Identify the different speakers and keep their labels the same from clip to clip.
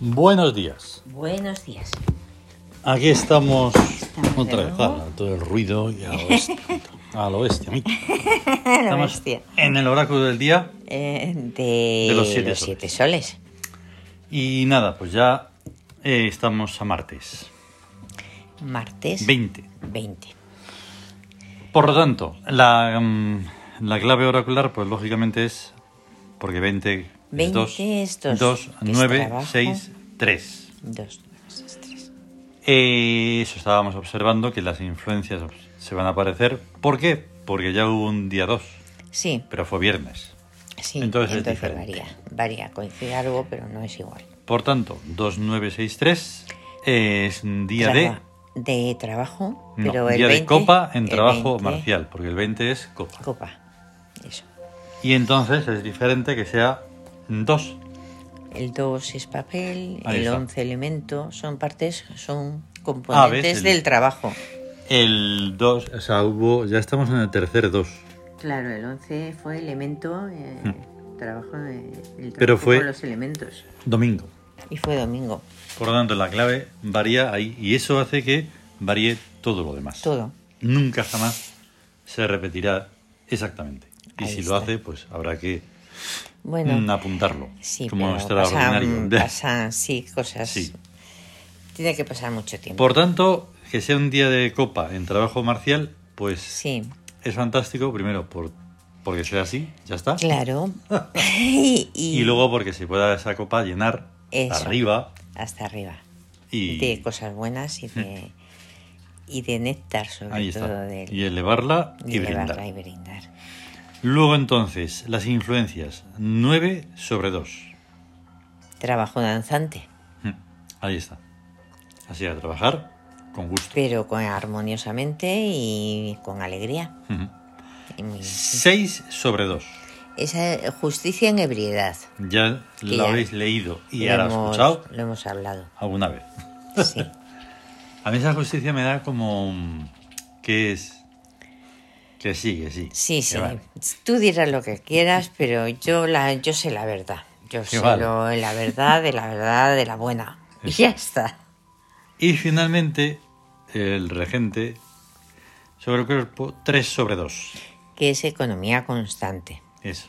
Speaker 1: Buenos días.
Speaker 2: Buenos días.
Speaker 1: Aquí estamos,
Speaker 2: Estamos de
Speaker 1: otra vez.
Speaker 2: nuevo.
Speaker 1: ala, todo el ruido y al oeste. al oeste, a mí.
Speaker 2: La
Speaker 1: Estamos
Speaker 2: bestia.
Speaker 1: en el oráculo del día.
Speaker 2: este, Eh, de,
Speaker 1: De los siete
Speaker 2: soles.
Speaker 1: Y nada, pues ya eh, estamos a martes
Speaker 2: Martes
Speaker 1: 20.
Speaker 2: 20.
Speaker 1: Por lo tanto, la, mm, la clave oracular, pues lógicamente es. Porque 20,
Speaker 2: 20 es
Speaker 1: es 2,
Speaker 2: dos,
Speaker 1: 2,
Speaker 2: que es
Speaker 1: 9,
Speaker 2: trabajo.
Speaker 1: 6, 3.
Speaker 2: 2, 3.
Speaker 1: Eh, eso estábamos observando, que las influencias se van a aparecer. ¿Por qué? Porque ya hubo un día 2,
Speaker 2: Sí,
Speaker 1: pero fue viernes.
Speaker 2: sí.
Speaker 1: Entonces es diferente.
Speaker 2: varía. Varía, coincide algo, pero no es igual.
Speaker 1: Por tanto, 2963 es un día
Speaker 2: Traba-
Speaker 1: de...
Speaker 2: de trabajo,
Speaker 1: no,
Speaker 2: pero el
Speaker 1: día
Speaker 2: 20,
Speaker 1: de copa en
Speaker 2: el
Speaker 1: trabajo
Speaker 2: 20,
Speaker 1: marcial, porque el 20 es copa.
Speaker 2: Copa. Eso.
Speaker 1: Y entonces es diferente que sea 2.
Speaker 2: El 2 es papel,
Speaker 1: Ahí
Speaker 2: el
Speaker 1: está. Ah,
Speaker 2: 11 elemento, son partes, son componentes
Speaker 1: el-
Speaker 2: del trabajo.
Speaker 1: El 2, o sea, hubo, ya estamos en el tercer 2.
Speaker 2: Claro, el 11 fue elemento, eh, trabajo, de- el trabajo
Speaker 1: Hmm. Pero fue-
Speaker 2: con los elementos.
Speaker 1: Domingo.
Speaker 2: Y fue domingo,
Speaker 1: Por lo tanto, la clave varía ahí y eso hace que varíe todo lo demás.
Speaker 2: todo.
Speaker 1: Nunca jamás se repetirá exactamente. Y
Speaker 2: Ahí
Speaker 1: si lo
Speaker 2: está.
Speaker 1: hace, pues habrá que
Speaker 2: Bueno,
Speaker 1: mm, apuntarlo.
Speaker 2: sí,
Speaker 1: como
Speaker 2: pero pasan,
Speaker 1: extraordinario.
Speaker 2: pasan, sí, cosas.
Speaker 1: Sí.
Speaker 2: Tiene que pasar mucho tiempo.
Speaker 1: Por tanto, que sea un día de copa en trabajo marcial, pues
Speaker 2: Sí,
Speaker 1: es fantástico, primero por porque sea así, ya está.
Speaker 2: claro. y,
Speaker 1: Y luego porque se pueda esa copa llenar
Speaker 2: Eso.
Speaker 1: arriba
Speaker 2: Hasta arriba.
Speaker 1: y Hmm.
Speaker 2: De cosas buenas y de, y de néctar, sobre
Speaker 1: ahí
Speaker 2: todo.
Speaker 1: está.
Speaker 2: Del,
Speaker 1: Y elevarla
Speaker 2: de
Speaker 1: y, brindar.
Speaker 2: elevarla y brindar.
Speaker 1: Luego entonces, las influencias 9 sobre 2.
Speaker 2: Trabajo danzante,
Speaker 1: Ahí está. Así a trabajar con gusto.
Speaker 2: pero con, armoniosamente y con alegría.
Speaker 1: Ujú.
Speaker 2: Y muy-
Speaker 1: 6 sobre 2.
Speaker 2: Esa es justicia en ebriedad.
Speaker 1: Ya lo
Speaker 2: ya
Speaker 1: habéis leído y
Speaker 2: Lo
Speaker 1: ahora lo
Speaker 2: hemos-
Speaker 1: escuchado
Speaker 2: Lo hemos hablado.
Speaker 1: alguna vez.
Speaker 2: Sí.
Speaker 1: A mí esa justicia me da como mm, que es que sí, que sí.
Speaker 2: Sí,
Speaker 1: que
Speaker 2: sí.
Speaker 1: vale.
Speaker 2: Tú dirás lo que quieras, pero yo la, yo sé la verdad. Yo sé
Speaker 1: vale.
Speaker 2: lo- la verdad de la verdad de la buena. Y ya está.
Speaker 1: Y finalmente el regente sobre el cuerpo 3 sobre 2.
Speaker 2: Que es economía constante.
Speaker 1: Eso.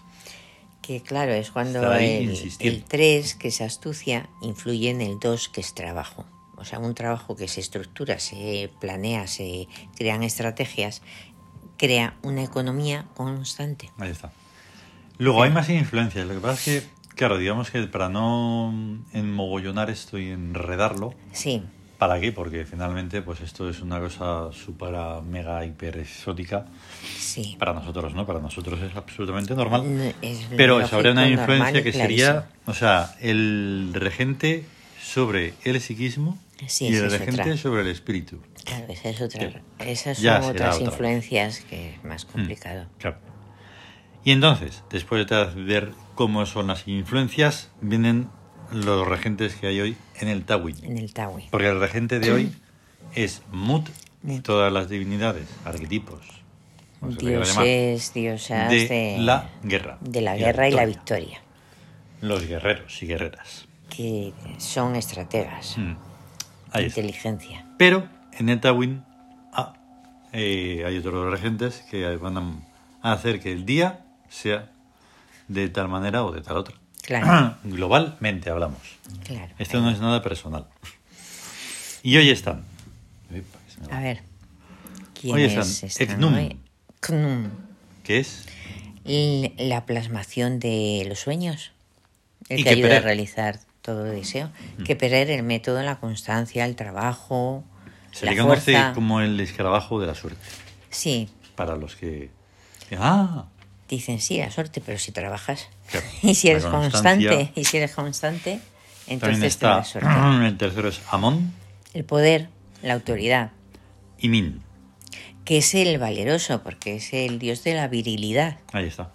Speaker 2: Que claro, es cuando
Speaker 1: Estaba ahí
Speaker 2: el,
Speaker 1: insistiendo.
Speaker 2: 3, que es astucia, influye en el 2, que es trabajo. O sea, un trabajo que se estructura, se planea, se crean estrategias, crea una economía constante.
Speaker 1: Ahí está. Luego hay más influencias. Lo que pasa es que, claro, digamos que para no enmogollonar esto y enredarlo,
Speaker 2: Sí,
Speaker 1: ¿Para qué? Porque finalmente, pues esto es una cosa súper ah, mega hiper exótica.
Speaker 2: sí.
Speaker 1: Para nosotros, ¿no? Para nosotros es absolutamente normal.
Speaker 2: Mm, es
Speaker 1: Pero
Speaker 2: lógico,
Speaker 1: sobre una
Speaker 2: normal
Speaker 1: influencia
Speaker 2: y
Speaker 1: que sería, o sea, el regente sobre el psiquismo
Speaker 2: Sí,
Speaker 1: y el
Speaker 2: esa es
Speaker 1: regente
Speaker 2: otra.
Speaker 1: sobre el espíritu.
Speaker 2: Claro, esa es otra-
Speaker 1: Sí.
Speaker 2: esas
Speaker 1: Ya será
Speaker 2: son otras
Speaker 1: otra Mm. vez.
Speaker 2: influencias que es más complicado.
Speaker 1: Claro. Y entonces, después de ver cómo son las influencias, vienen los regentes que hay hoy en el Tawit.
Speaker 2: En el Tawi.
Speaker 1: Porque el regente de hoy es Mut y todas las divinidades, arquetipos, como se le quiera llamar,
Speaker 2: Dioses, diosas de,
Speaker 1: de, la guerra.
Speaker 2: eh, de la guerra y la victoria,
Speaker 1: Los guerreros y guerreras.
Speaker 2: que son estrategas,
Speaker 1: Mm. Ahí está.
Speaker 2: inteligencia.
Speaker 1: Pero en el Tawin ah, eh, hay otros regentes que van a hacer que el día sea de tal manera o de tal otra.
Speaker 2: Claro.
Speaker 1: Globalmente hablamos.
Speaker 2: Claro.
Speaker 1: Esto no es nada personal. Y hoy están. Epa, que se me va.
Speaker 2: A ver, este
Speaker 1: Oye,
Speaker 2: ¿quiénes
Speaker 1: San,
Speaker 2: están
Speaker 1: Eknum.
Speaker 2: hoy? Eknum.
Speaker 1: ¿Qué es?
Speaker 2: L- La plasmación de los sueños, el
Speaker 1: Y Mm.
Speaker 2: que ayuda a
Speaker 1: Keperer.
Speaker 2: realizar todo deseo. Que perder el método, la constancia, el trabajo,
Speaker 1: Se
Speaker 2: la
Speaker 1: le conoce
Speaker 2: fuerza.
Speaker 1: como el escarabajo de la suerte.
Speaker 2: Sí,
Speaker 1: Para los que. ¡Ah!
Speaker 2: Dicen, sí, la suerte, pero si trabajas
Speaker 1: Claro,
Speaker 2: y si
Speaker 1: la
Speaker 2: eres
Speaker 1: constancia.
Speaker 2: constante, y si eres constante,
Speaker 1: También
Speaker 2: entonces te
Speaker 1: está.
Speaker 2: da suerte.
Speaker 1: El tercero es Amón
Speaker 2: El poder, la autoridad,
Speaker 1: y Min.
Speaker 2: que es el valeroso, porque es el dios de la virilidad.
Speaker 1: Ahí está.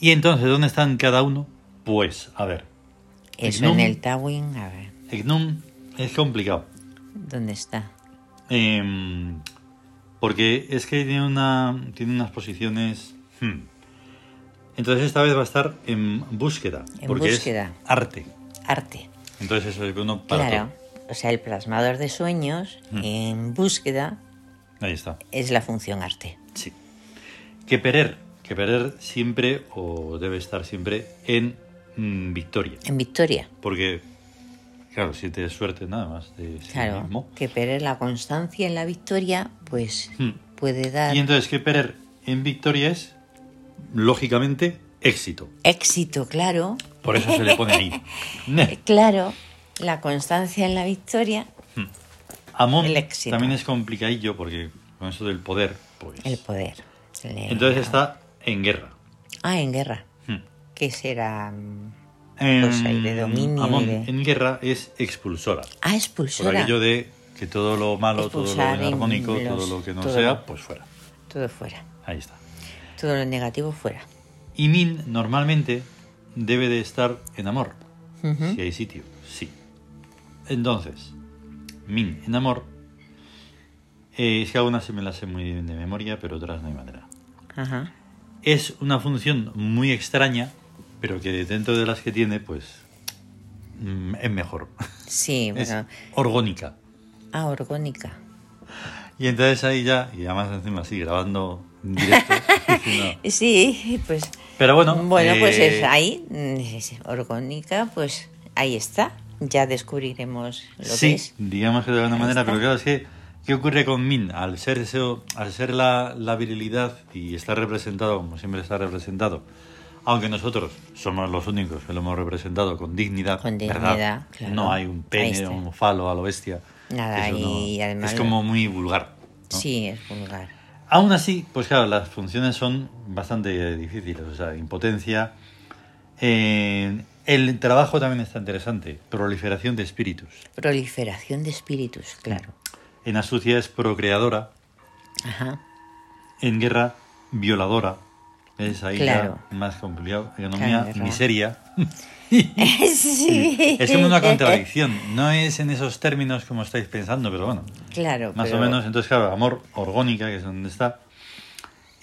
Speaker 1: Y entonces, ¿dónde están cada uno? Pues, a ver.
Speaker 2: Eso
Speaker 1: Eknum.
Speaker 2: en el Tawin, a ver,
Speaker 1: Egnum es complicado.
Speaker 2: ¿dónde está?
Speaker 1: Em, porque es que tiene, una, tiene unas posiciones. hmm. Entonces, esta vez va a estar en búsqueda.
Speaker 2: En
Speaker 1: porque
Speaker 2: búsqueda.
Speaker 1: es arte.
Speaker 2: Arte.
Speaker 1: Entonces eso es uno para Mm.
Speaker 2: Claro. O sea, el plasmador de sueños en búsqueda
Speaker 1: todo. Ahí está.
Speaker 2: es la función arte.
Speaker 1: Sí. Que Perer, que Perer siempre o debe estar siempre en mm, victoria.
Speaker 2: En Victoria.
Speaker 1: Porque, claro, si te suerte nada más de sí
Speaker 2: Claro.
Speaker 1: mismo.
Speaker 2: Que perder la constancia en la victoria, pues
Speaker 1: Hmm.
Speaker 2: puede dar
Speaker 1: Y entonces que Perer en victoria es, lógicamente, éxito.
Speaker 2: éxito, claro. eh,
Speaker 1: Por eso se le pone ahí. Ne.
Speaker 2: Claro, la constancia en la victoria,
Speaker 1: Amón
Speaker 2: El éxito.
Speaker 1: también es complicadillo porque con eso del poder, pues...
Speaker 2: el poder. Le-
Speaker 1: Entonces está en guerra.
Speaker 2: Ah, en guerra.
Speaker 1: Hmm.
Speaker 2: ¿Qué será? mm,
Speaker 1: En-
Speaker 2: Pues ahí de dominio y
Speaker 1: Amón
Speaker 2: de-
Speaker 1: en guerra es expulsora.
Speaker 2: Ah,
Speaker 1: Por
Speaker 2: expulsora.
Speaker 1: aquello de que todo lo malo, todo
Speaker 2: Expulsar
Speaker 1: lo inarmónico,
Speaker 2: en los-
Speaker 1: todo lo que no
Speaker 2: todo.
Speaker 1: sea, pues fuera.
Speaker 2: Todo fuera.
Speaker 1: Ahí está.
Speaker 2: Todo lo negativo fuera.
Speaker 1: Y Nin normalmente debe de estar en amor.
Speaker 2: Ujú.
Speaker 1: Si hay sitio, sí. Entonces, Min en amor. eh, es que algunas se me las sé muy bien de memoria, pero otras no hay manera.
Speaker 2: Ajá.
Speaker 1: Es una función muy extraña, pero que dentro de las que tiene, pues. mm, es mejor.
Speaker 2: Sí,
Speaker 1: Es
Speaker 2: bueno.
Speaker 1: orgónica.
Speaker 2: Ah, orgónica.
Speaker 1: Y entonces ahí ya, y además encima así, grabando en directo. diciendo-
Speaker 2: Sí, pues.
Speaker 1: Pero bueno.
Speaker 2: Bueno, pues
Speaker 1: eh,
Speaker 2: es ahí, mm, es orgónica, pues ahí está. Ya descubriremos lo que
Speaker 1: Sí,
Speaker 2: es.
Speaker 1: digamos que de alguna
Speaker 2: Ahí
Speaker 1: manera,
Speaker 2: está.
Speaker 1: pero claro, es que, ¿qué ocurre con Min? Al ser, eso, al ser la, la virilidad y estar representado como siempre está representado, aunque nosotros somos los únicos que lo hemos representado con dignidad,
Speaker 2: Con
Speaker 1: ¿verdad?
Speaker 2: dignidad, claro.
Speaker 1: no hay un
Speaker 2: Ahí
Speaker 1: pene
Speaker 2: está.
Speaker 1: o un falo a lo bestia.
Speaker 2: Nada,
Speaker 1: Eso no-
Speaker 2: y además-
Speaker 1: Es como muy vulgar. ¿no?
Speaker 2: Sí, es vulgar.
Speaker 1: Aún así, pues claro, las funciones son bastante difíciles, o sea, impotencia. Eh, el trabajo también está interesante, proliferación de espíritus.
Speaker 2: Proliferación de espíritus, claro.
Speaker 1: En astucia es procreadora,
Speaker 2: Ajá.
Speaker 1: en guerra violadora. Es ahí
Speaker 2: Claro.
Speaker 1: ya más complicado. Economía,
Speaker 2: Claro.
Speaker 1: miseria.
Speaker 2: sí.
Speaker 1: Es como una contradicción. No es en esos términos como estáis pensando, pero bueno.
Speaker 2: Claro.
Speaker 1: Más
Speaker 2: pero-
Speaker 1: o menos, entonces, claro, amor orgónica, que es donde está.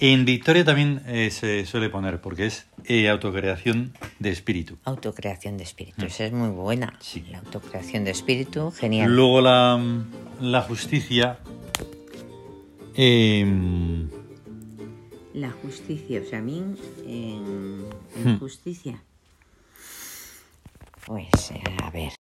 Speaker 1: En Victoria también eh, se suele poner, porque es eh, autocreación de espíritu.
Speaker 2: Autocreación de espíritus, es muy buena.
Speaker 1: Mm. Sí.
Speaker 2: La autocreación de espíritu, genial.
Speaker 1: Luego la, la justicia. em,
Speaker 2: La justicia, o sea, a mí en,
Speaker 1: en Hmm.
Speaker 2: justicia. Pues, eh, a ver.